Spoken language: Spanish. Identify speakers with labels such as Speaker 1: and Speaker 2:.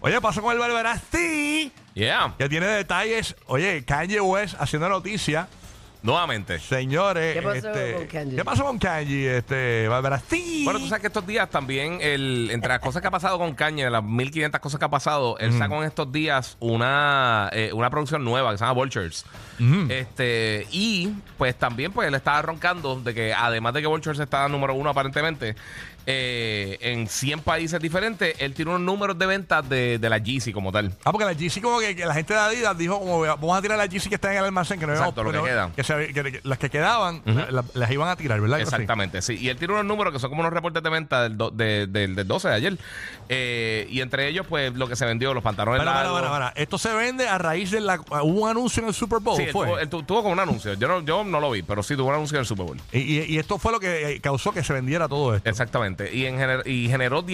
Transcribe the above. Speaker 1: Oye, pasó con el Barbarasti,
Speaker 2: Yeah,
Speaker 1: que tiene detalles. Oye, Kanye West haciendo noticia.
Speaker 2: nuevamente.
Speaker 1: Señores,
Speaker 3: ¿Qué pasó
Speaker 1: este,
Speaker 3: con Kanye?
Speaker 1: ¿Qué pasó con Kanye, este, Barbarasti?
Speaker 2: Bueno, tú sabes que estos días también, el, entre las cosas que ha pasado con Kanye, de las 1500 cosas que ha pasado, él sacó en estos días una, eh, una producción nueva que se llama Vultures. Este, y pues también pues él estaba roncando de que además de que Vultures está número uno aparentemente, eh, en 100 países diferentes, él tiene unos números de ventas de, de la Yeezy como tal.
Speaker 1: Ah, porque la GC como que, que la gente de Adidas dijo como vamos a tirar la GC que está en el almacén que no
Speaker 2: Exacto,
Speaker 1: habíamos-
Speaker 2: lo que
Speaker 1: no-
Speaker 2: quedan.
Speaker 1: que se- que- que las que quedaban la- la- las iban a tirar, ¿verdad? Algo así.
Speaker 2: Exactamente, sí. Y él tiene unos números que son como unos reportes de venta del, do- de- del- del 12 de ayer. Eh, y entre ellos, pues, lo que se vendió, los pantalones
Speaker 1: Para, para,
Speaker 2: largos.
Speaker 1: para, para. Esto se vende a raíz de la hubo un anuncio en el Super Bowl,
Speaker 2: Sí, él tuvo,
Speaker 1: fue.
Speaker 2: él tu- tuvo como un anuncio. Yo no, yo no lo vi, pero sí tuvo un anuncio en el Super Bowl.
Speaker 1: Y, y- y esto fue lo que eh, causó que se vendiera todo esto.
Speaker 2: Exactamente. Y, en gener- y generó